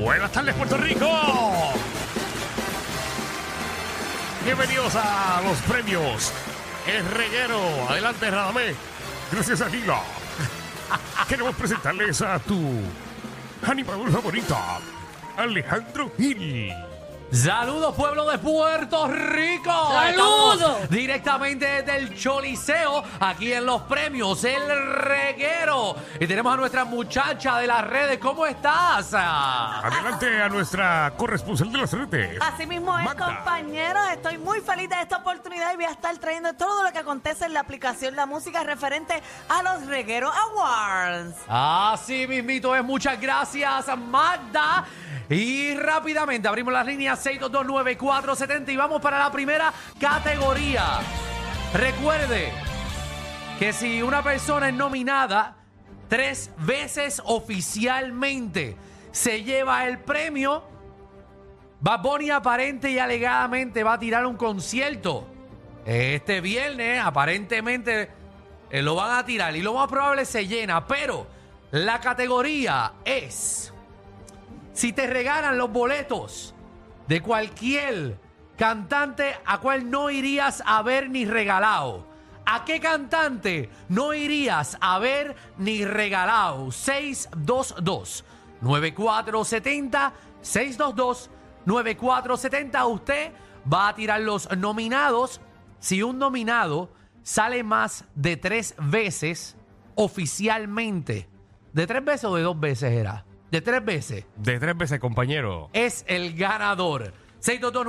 Buenas tardes, Puerto Rico. Bienvenidos a los premios. El reguero. Adelante, Radamé. Gracias, Anila. Queremos presentarles a tu animador favorito, Alejandro Gil. Saludos pueblo de Puerto Rico. Saludos. Estamos Directamente desde el Choliseo, aquí en los premios, el reguero. Y tenemos a nuestra muchacha de las redes. ¿Cómo estás? Ah, Adelante a nuestra corresponsal de las redes. Así mismo es, Magda. compañeros. Estoy muy feliz de esta oportunidad y voy a estar trayendo todo lo que acontece en la aplicación La Música referente a los Reguero Awards. Así mismito es. Muchas gracias, Magda. Y rápidamente abrimos las líneas 6229470 y vamos para la primera categoría. Recuerde que si una persona es nominada tres veces oficialmente, se lleva el premio. Bad Bunny aparente y alegadamente va a tirar un concierto. Este viernes, aparentemente, eh, lo van a tirar y lo más probable se llena. Pero la categoría es si te regalan los boletos de cualquier cantante a cual no irías a ver ni regalado. ¿A qué cantante no irías a ver ni regalado? 622 9470 622 9470 usted va a tirar los nominados. Si un nominado sale más de tres veces oficialmente, de tres veces o de dos veces era, de tres veces De tres veces, compañero. es el ganador.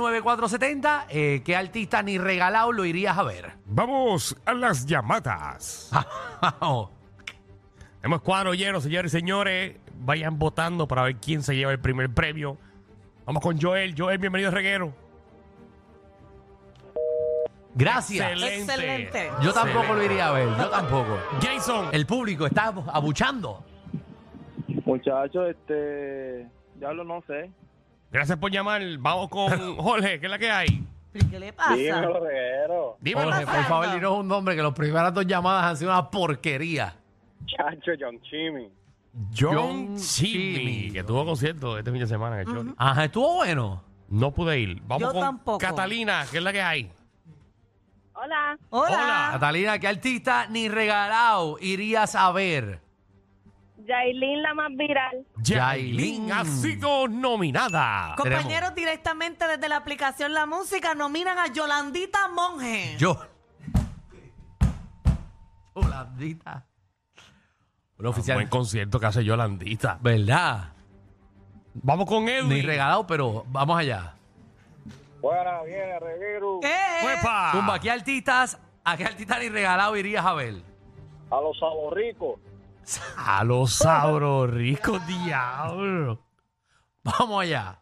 6229470, eh, ¿qué artista ni regalado lo irías a ver? Vamos a las llamadas. Vamos. Tenemos cuadro lleno, señores y señores. Vayan votando para ver quién se lleva el primer premio. Vamos con Joel. Joel, bienvenido a Reguero. Gracias. Excelente. Excelente. Yo tampoco lo iría a ver, yo tampoco. Jason. El público está abuchando. Muchachos, este. Ya lo no sé. Gracias por llamar. Vamos con Jorge, ¿qué es la que hay? ¿Pero ¿Qué le pasa? Dímelo, reguero. Dímelo. Jorge, por favor, dinos un nombre, que las primeras dos llamadas han sido una porquería. Chacho, John Chimmy. John John Chimmy, Chimmy. que tuvo concierto este fin de semana en el Choli. Ajá, estuvo bueno. No pude ir. Vamos Yo con tampoco. Catalina, ¿qué es la que hay? Hola, Hola. Catalina, ¿qué artista ni regalado irías a ver? Yailin la más viral. Yailin. Yailin ha sido nominada. Compañeros, directamente desde la aplicación La Música nominan a Yolandita Monge. Yo. Holandita. Un Tenemos Un oficial. Ah, buen concierto que hace Yolandita. ¿Verdad? Vamos con Edwin. Ni regalado, pero vamos allá. Buena, viene, reguero. ¿Qué es? ¡Uepa! Tumba, ¿qué artistas, a qué artistas ni regalado irías a ver? A los saborricos. A los sabros ricos, diablo. Vamos allá.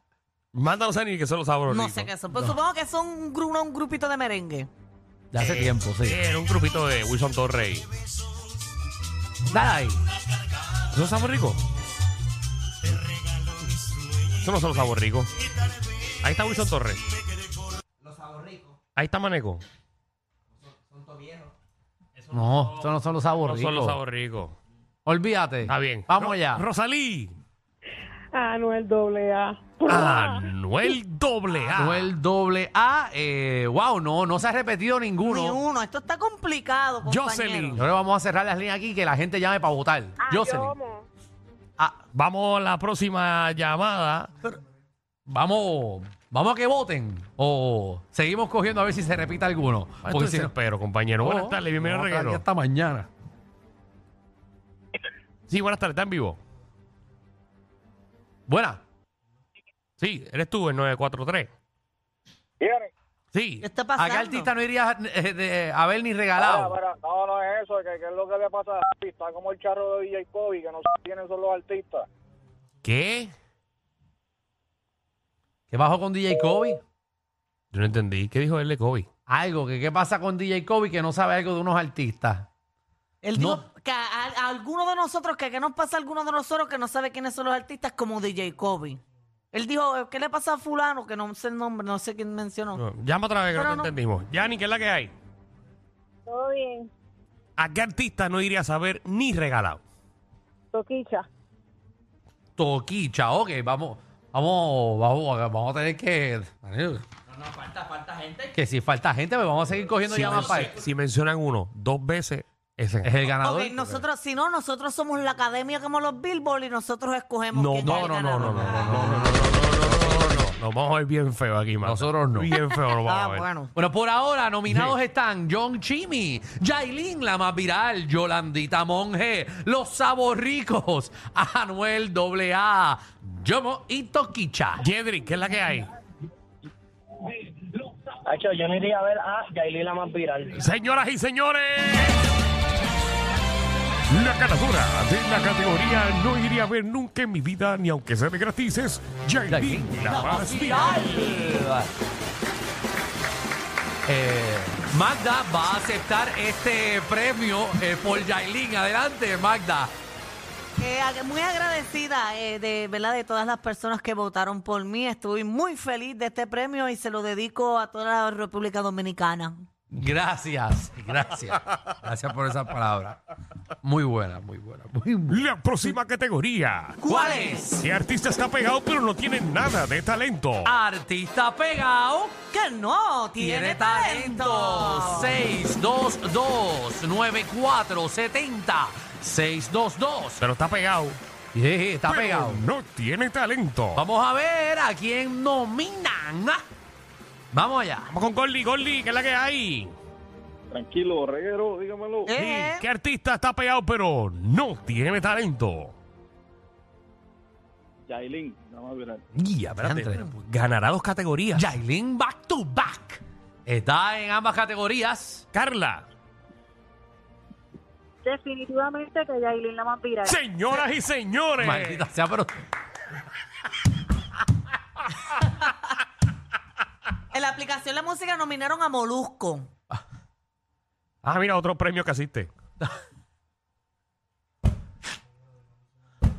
Mándanos a ni que son los sabros No ricos. sé qué son, pero supongo que son un, gru- un grupito de merengue. De Eh, hace tiempo, sí. Era un grupito de Wilson Torrey. Dale ahí. ¿Son sabor rico? Eso no son sabor rico. Ahí está Wilson Torres. Los sabor Ahí está Maneco. No, estos no son los No sabores. son los sabor ricos. Olvídate. Está bien. Vamos Ro- allá. Rosalí. Anuel doble A. Anuel doble A. Noel doble A. eh, wow, no, no se ha repetido ninguno. Ni uno. Esto está complicado, compañero. Jocelyn. Ahora vamos a cerrar las líneas aquí que la gente llame para votar. Ah, Jocelyn. Ah, vamos a la próxima llamada. Vamos, vamos a que voten. O seguimos cogiendo a ver si se repite alguno. Porque Porque si no- espero, compañero. buenas tardes, bienvenido al Vamos a estar aquí reguero. Hasta mañana. Sí, buenas tardes, ¿estás en vivo? Buena. Sí, eres tú, el 943. Viene. Sí. ¿Qué está ¿A pasando? qué artista no irías eh, de- a ver ni Ah, regalado? mira, no, no es eso. Que, que es lo que le pasa a Javi, Está como el charro de DJ Kobe, que no sé quiénes son los artistas. ¿Qué? ¿Qué pasó con DJ Kobe? Yo no entendí. ¿Qué dijo él de Kobe? Algo, que qué pasa con DJ Kobe que no sabe algo de unos artistas. Él No. dijo que a, a- a alguno de nosotros, que, que nos pasa a alguno de nosotros que no sabe quiénes son los artistas, como DJ Kobe. Él dijo, "Eh, ¿qué le pasa a fulano? Que no sé el nombre, no sé quién mencionó. No, llama otra vez que no, Pero te no. entendimos. Yanni, ¿qué es la que hay? Todo bien. ¿A qué artista no iría a saber ni regalado? Toquicha. Toquicha, ok, vamos, vamos, vamos, vamos a tener que. No, falta, falta gente. Que si falta gente, pues vamos a seguir cogiendo Si, llamas para esto. si mencionan uno dos veces, eh, ese Es el ganador. Ok, nosotros, si no, nosotros somos la academia como los Billboard y nosotros escogemos No, quién es no, el no, no, no, no, no, no, no, ganador. no, no, no, no, no. Nos vamos a ver bien feo aquí, mano. Nosotros no. Bien feo nos Ah, vamos a ver. bueno. Bueno, por ahora nominados Sí. están John Chimmy, Jailin, la más viral, Yolandita Monge, Los Saborricos, Anuel AA, Yomo y Toquicha. Jedrick, ¿qué es la que hay? Hacho, yo no iría a ver a Yailin la más viral. Señoras y señores, la ganadora de la categoría no iría a ver nunca en mi vida, ni aunque sea de gratis, es Jailin, la más viral. Eh, Magda va a aceptar este premio eh, por Jailin. Adelante, Magda. Eh, ag- muy agradecida eh, de verdad de todas las personas que votaron por mí. Estoy muy feliz de este premio y se lo dedico a toda la República Dominicana. Gracias, gracias. Gracias por esas palabras. Muy buena, muy buena, muy buena. La próxima categoría. ¿Cuál es? Si artista está pegado pero no tiene nada de talento. Artista pegado. Que no tiene talento. 622-9470. 622. Pero está pegado. Yeah, está pero pegado. No tiene talento. Vamos a ver a quién nominan. Vamos allá. Vamos con Gordy, Gordy, ¿qué es la que hay? Tranquilo, reguero, dígamelo. Eh, Sí, ¿Qué artista está pegado pero no tiene talento? Yailin, la más viral. Guía, espérate. Diantre. Ganará dos categorías. Jailin back to back. Está en ambas categorías. Carla, Definitivamente que Yailin la más viral. señoras y señores. Maldita sea, pero. En la aplicación La Música nominaron a Molusco. Ah, mira, otro premio que asiste.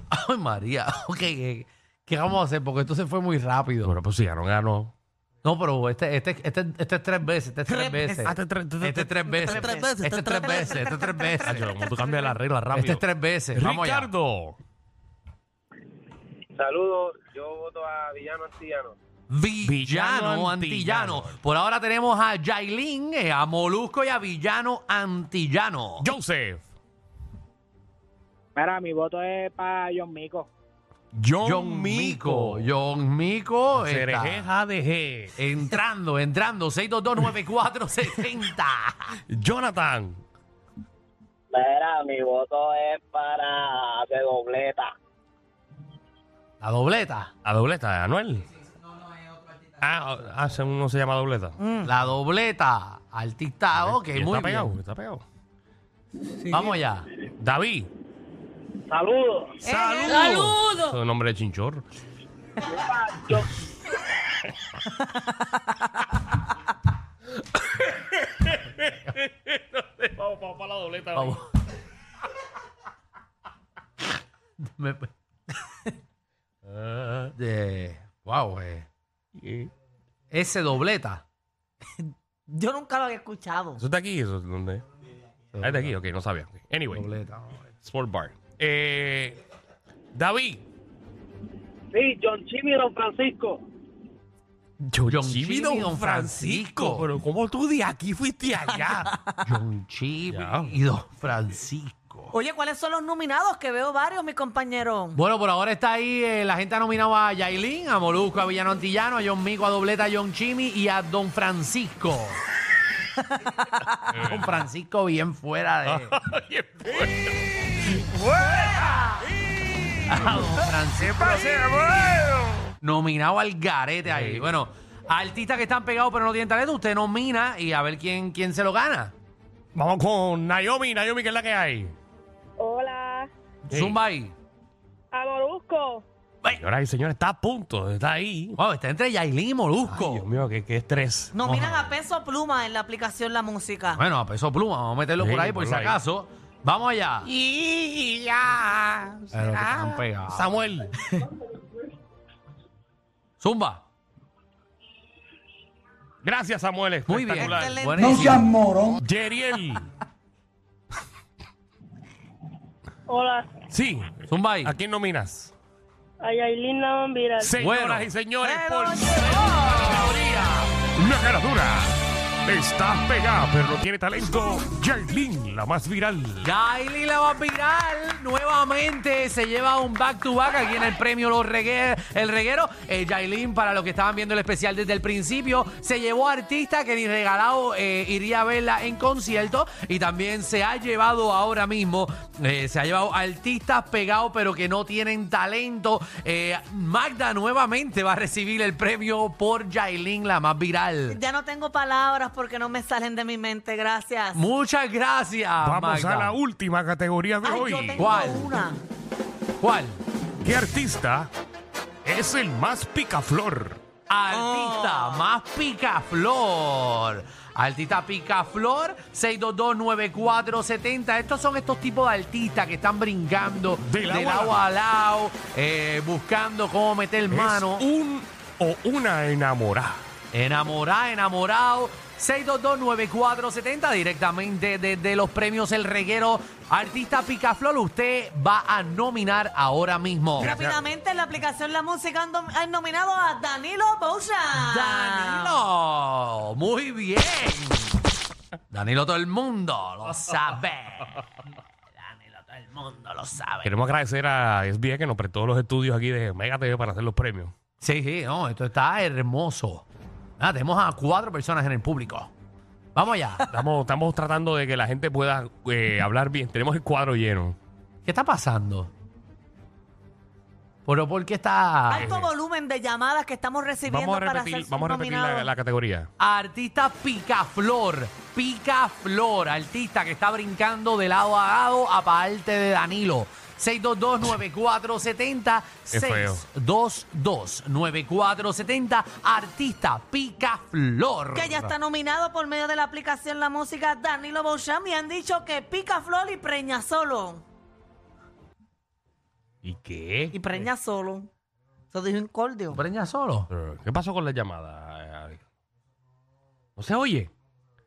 Ay, María. Ok, ¿qué, qué vamos a hacer? Porque esto se fue muy rápido. Bueno, pues si ganó, ganó. No, pero este, este, este, este es tres veces. Este es tres Tres veces. veces. Ah, te- te- te- Este es tres veces. Tres veces, Este es tres veces. Este es tres veces. Ay, yo, como tú cambias la regla rápido. Este es tres veces. Vamos allá. Ricardo. Saludos, yo voto a Villano Antillano. Villano Villano Antillano. Antillano. Por ahora tenemos a Jailin, eh, a Molusco y a Villano Antillano. Joseph. Mira, mi voto es para John Mico. John, John Mico. John Mico. está CRG, Entrando, entrando. 6229470. JDG. Jonathan. Mira, mi voto es para de dobleta. La dobleta. La dobleta, Anuel. Ah, ah, ese uno se llama dobleta. La dobleta. Artista. Mm, Ok, Y muy está pegado, bien. está pegado. Vamos allá. David. Saludos. Eh, ¡Saludos! Eso es nombre de chinchorro. vamos, vamos para la dobleta. Vamos. Me- Ah, Eh, wow, eh. Ese dobleta. Yo nunca lo había escuchado. ¿Eso está aquí? ¿Eso es dónde? Ah, es de aquí, ok, no sabía. Ok. Anyway, Dobleta. vamos a ver. Sport Bar. Eh, David. Sí, John Chimmy Don Francisco. John Jimmy Chimino Francisco. Pero ¿cómo tú de aquí fuiste allá? John Chimmy Ya. y Don Francisco. Oye, ¿cuáles son los nominados? Que veo varios, mi compañero. Bueno, por ahora está ahí. eh, la gente ha nominado a Yailin, a Molusco, a Villano Antillano, a John Mico, a Dobleta, a John Chimmy y a Don Francisco. Don Francisco bien fuera de. Oye, pues, a Don Francisco. Nominado al garete ahí. Bueno, artistas que están pegados pero no tienen talento, usted nomina y a ver quién, quién se lo gana. Vamos con Naomi. Naomi, ¿qué es la que hay? Hola. Sí. Zumba ahí. A Molusco. Señoras y señores, está a punto, está ahí. Wow, está entre Yailin y Molusco. Ay, Dios mío, qué, qué estrés. Nominan a Peso Pluma en la aplicación La Música. Bueno, a peso pluma, vamos a meterlo Sí, por ahí por si ponlo ahí. acaso. Vamos allá. Y ya. Pero que están pegados. Samuel. Zumba. Gracias, Samuel. Muy bien. espectacular. Excelente. Buenísimo. Yeriel. Hola. Sí. Zumba ahí. ¿A quién nominas? A Yailin la van viral. Señoras Bueno. y señores, Pero por llegó. segunda categoría, una cara dura. Está pegada, pero no tiene talento. Jailin, la más viral. Gaily la va a viral nuevamente. Se lleva un back to back aquí en el premio Los Regue- El Reguero. Eh, Yailin, para los que estaban viendo el especial desde el principio, se llevó a artista que ni regalado eh, iría a verla en concierto. Y también se ha llevado ahora mismo, eh, se ha llevado artistas pegados pero que no tienen talento. Eh, Magda nuevamente va a recibir el premio por Yailin, la más viral. Ya no tengo palabras porque no me salen de mi mente, gracias. Muchas gracias. Vamos Magda. a la última categoría de Ay, hoy. yo tengo ¿Cuál? una. ¿Cuál? ¿Qué artista es el más picaflor? Oh. Artista más picaflor. Artista picaflor, 6229470. Estos son estos tipos de artistas que están brincando Del del, agua al agua al lado, eh, buscando cómo meter mano. Es un o una enamorada. Enamorá, enamorado. 6229470 directamente desde los premios El Reguero. Artista Picaflor, usted va a nominar ahora mismo. Rápidamente en la aplicación La Música han, dom- han nominado a Danilo Bouchan. Danilo, muy bien. Danilo, todo el mundo lo sabe. Danilo, todo el mundo lo sabe. Queremos agradecer a SBA que nos prestó los estudios aquí de Mega TV para hacer los premios. Sí, sí, no, esto está hermoso. Ah, tenemos a cuatro personas en el público. Vamos allá. Estamos, estamos tratando de que la gente pueda eh, hablar bien. Tenemos el cuadro lleno. ¿Qué está pasando? ¿Pero por qué está...? Alto volumen de llamadas que estamos recibiendo Vamos a para repetir, ser vamos a repetir la, nominados. la categoría. Artista Picaflor. Picaflor, artista que está brincando de lado a lado aparte de Danilo. 622-9470. Qué feo. 622-9470. Artista Picaflor. Que ya está nominado por medio de la aplicación La Música Danilo Bouchan y han dicho que pica flor y preña solo. ¿Y qué? Y preña solo. Eso dijo Incordio. Preña solo. ¿Qué pasó con la llamada? Ari? ¿No se oye?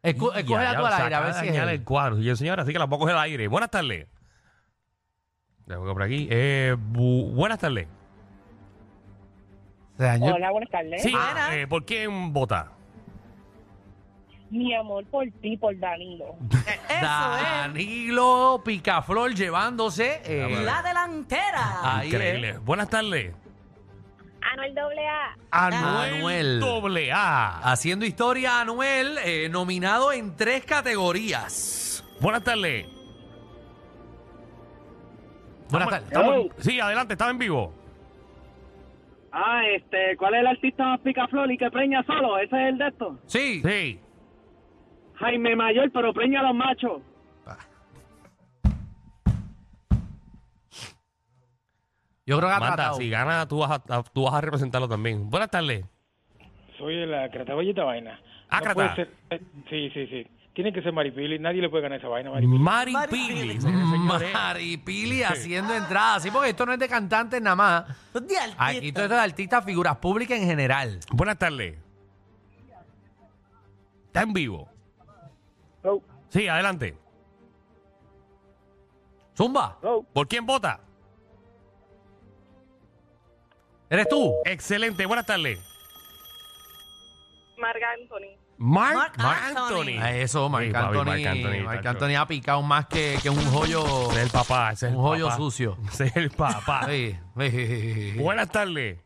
Escu- Ya, Escógela ya, tú al o sea, aire, a ver acaba de si es dañar él. el cuadro. Y el señor, así que la pongo en el aire. Buenas tardes. La pongo por aquí. Eh, bu- buenas tardes. Se dañó. Hola, buenas tardes. Sí, Buenas. eh, ¿por quién vota? Mi amor por ti, por Danilo. Eso es. Danilo Picaflor llevándose. eh, La delantera. ahí Increíble. es. Buenas tardes. Anuel doble A. Anuel, Anuel. doble A. Haciendo historia, Anuel, eh, nominado en tres categorías. Buenas tardes. Buenas Estamos- tardes. estamos en- Hello. sí, adelante, estaba en vivo. Ah, este, ¿cuál es el artista más picaflor y que preña solo? Ese es el de estos. Sí. Sí. Jaime Mayor, pero preña a los machos. Yo creo que ha Manda, tratado. si gana, tú vas, a, a- tú vas a representarlo también. Buenas tardes. Ah, Soy el Acrata, oye esta vaina. Ácrata. puede ser- eh, sí, sí, sí. Tiene que ser Maripili, nadie le puede ganar esa vaina, Maripili. Mari Mari Pili. Pili. señores, señores. Maripili haciendo entradas. Sí, porque esto no es de cantantes nada más. Di artista. Aquí todo esto de artistas, figuras públicas en general. Buenas tardes. Está en vivo. Hello. Sí, adelante. Zumba, Hello. ¿Por quién vota? ¿eres tú? Excelente, buenas tardes. Marc Anthony. Mark, Mark Anthony. Anthony. Ah, Eso, Marc Sí, papi, Anthony. Marc Anthony, Marc tacho. Anthony ha picado más que, que un joyo. Ese es el papá, ese es el Un joyo papá. sucio. Ese es el papá. Sí, sí, sí, sí, sí, sí. buenas tardes.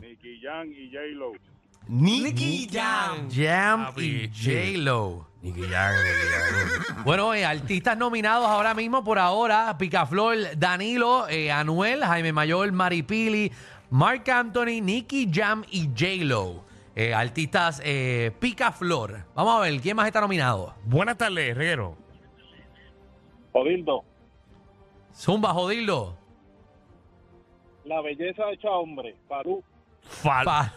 Nicky Jan y J-Lo. Nicky Jam. Jam y Papi, sí. J-Lo. Nicky Jam. Nicky Jam. Bueno, eh, artistas nominados ahora mismo por ahora: Picaflor, Danilo, eh, Anuel, Jaime Mayor, Maripili, Mark Anthony, Nicky Jam y J-Lo. Eh, artistas eh, Picaflor. Vamos a ver, ¿quién más está nominado? buenas tardes, Reguero. Odildo, Zumba, Jodildo. la belleza hecha hombre. Farú. Fal. Pa-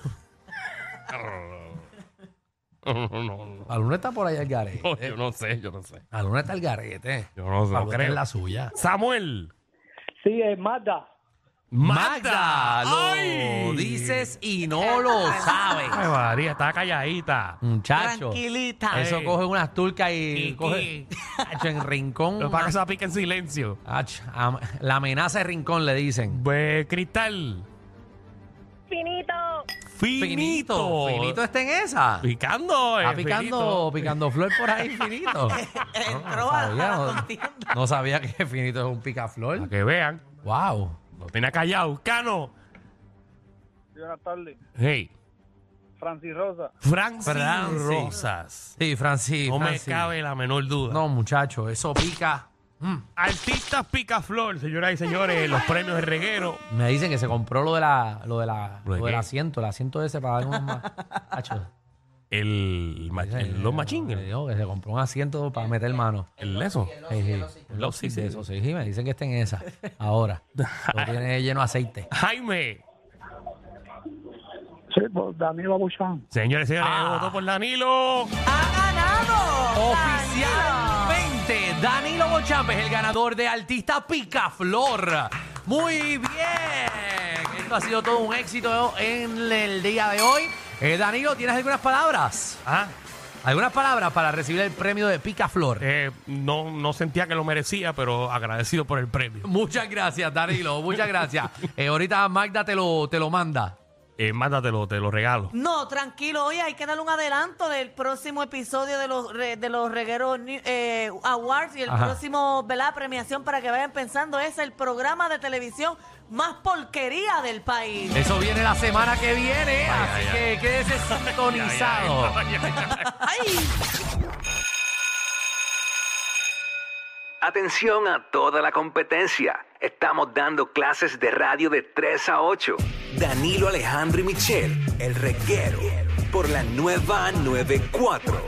no, no, no. Aluna está por ahí al garete. No, Yo no sé, yo no sé. Aluna está al garete. Yo no, no Para votar creo. la suya. Samuel. Sí, es Magda. Magda, lo ¡Ay! dices y no lo sabes. Ay, María, está calladita. Muchacho. Tranquilita. Eso Eh. coge unas turcas y, Y- coge Hacho, en rincón. Lo para que se pica en silencio. Hacho, am- la amenaza de rincón le dicen. Pues, Cristal. finito. Finito. Finito. Finito está en esa. Picando. eh, Está picando, finito. picando flor por ahí, finito. Entró sabía, a- a la Eh, no- contienda. no sabía que finito es un picaflor. Para que vean. Wow. Ven acá ya, Cano. Buenas tardes. Hey. Francis Rosa. Francis, Francis. Rosas. Sí, Francis. No me Francis. cabe la menor duda. No, muchacho, eso pica. Mm. Artistas Picaflor, señoras y señores, los premios de reguero. Me dicen que se compró lo de la, lo de la, ¿Lo de lo del qué? asiento, el asiento ese para dar unos más. Hacho, El, ma- dicen, el eh, los machín, me el, dijo que se compró un asiento para meter mano. el eso. Sí, sí. El Lossi, sí. Eso sí, sí, me dicen que está en esa. Ahora. Lo tiene lleno de aceite. Jaime. Sí, por Danilo Buchan. Señores y señores, Ah. votó por Danilo. ¡Ha ganado! Oficialmente, Danilo Bochamp es el ganador de Artista Picaflor. Muy bien. Esto ha sido todo un éxito en el día de hoy. Eh, Danilo, ¿tienes algunas palabras? Ah, ¿Algunas palabras para recibir el premio de Picaflor? eh, no, no sentía que lo merecía, pero agradecido por el premio. Muchas gracias, Danilo. Muchas gracias. Eh, ahorita Magda te lo, te lo manda. Eh, mándatelo, te lo regalo. No, tranquilo. Oye, hay que darle un adelanto del próximo episodio de los re- de los Regueros New- eh, Awards y el Ajá. próximo, ¿verdad? Premiación para que vayan pensando. Es el programa de televisión más porquería del país. Eso viene la semana que viene, así ay, que quédese sintonizado. ¡Ay! Atención a toda la competencia. Estamos dando clases de radio de 3 a 8. Danilo Alejandro y Michel, el reguero, por la nueva 94.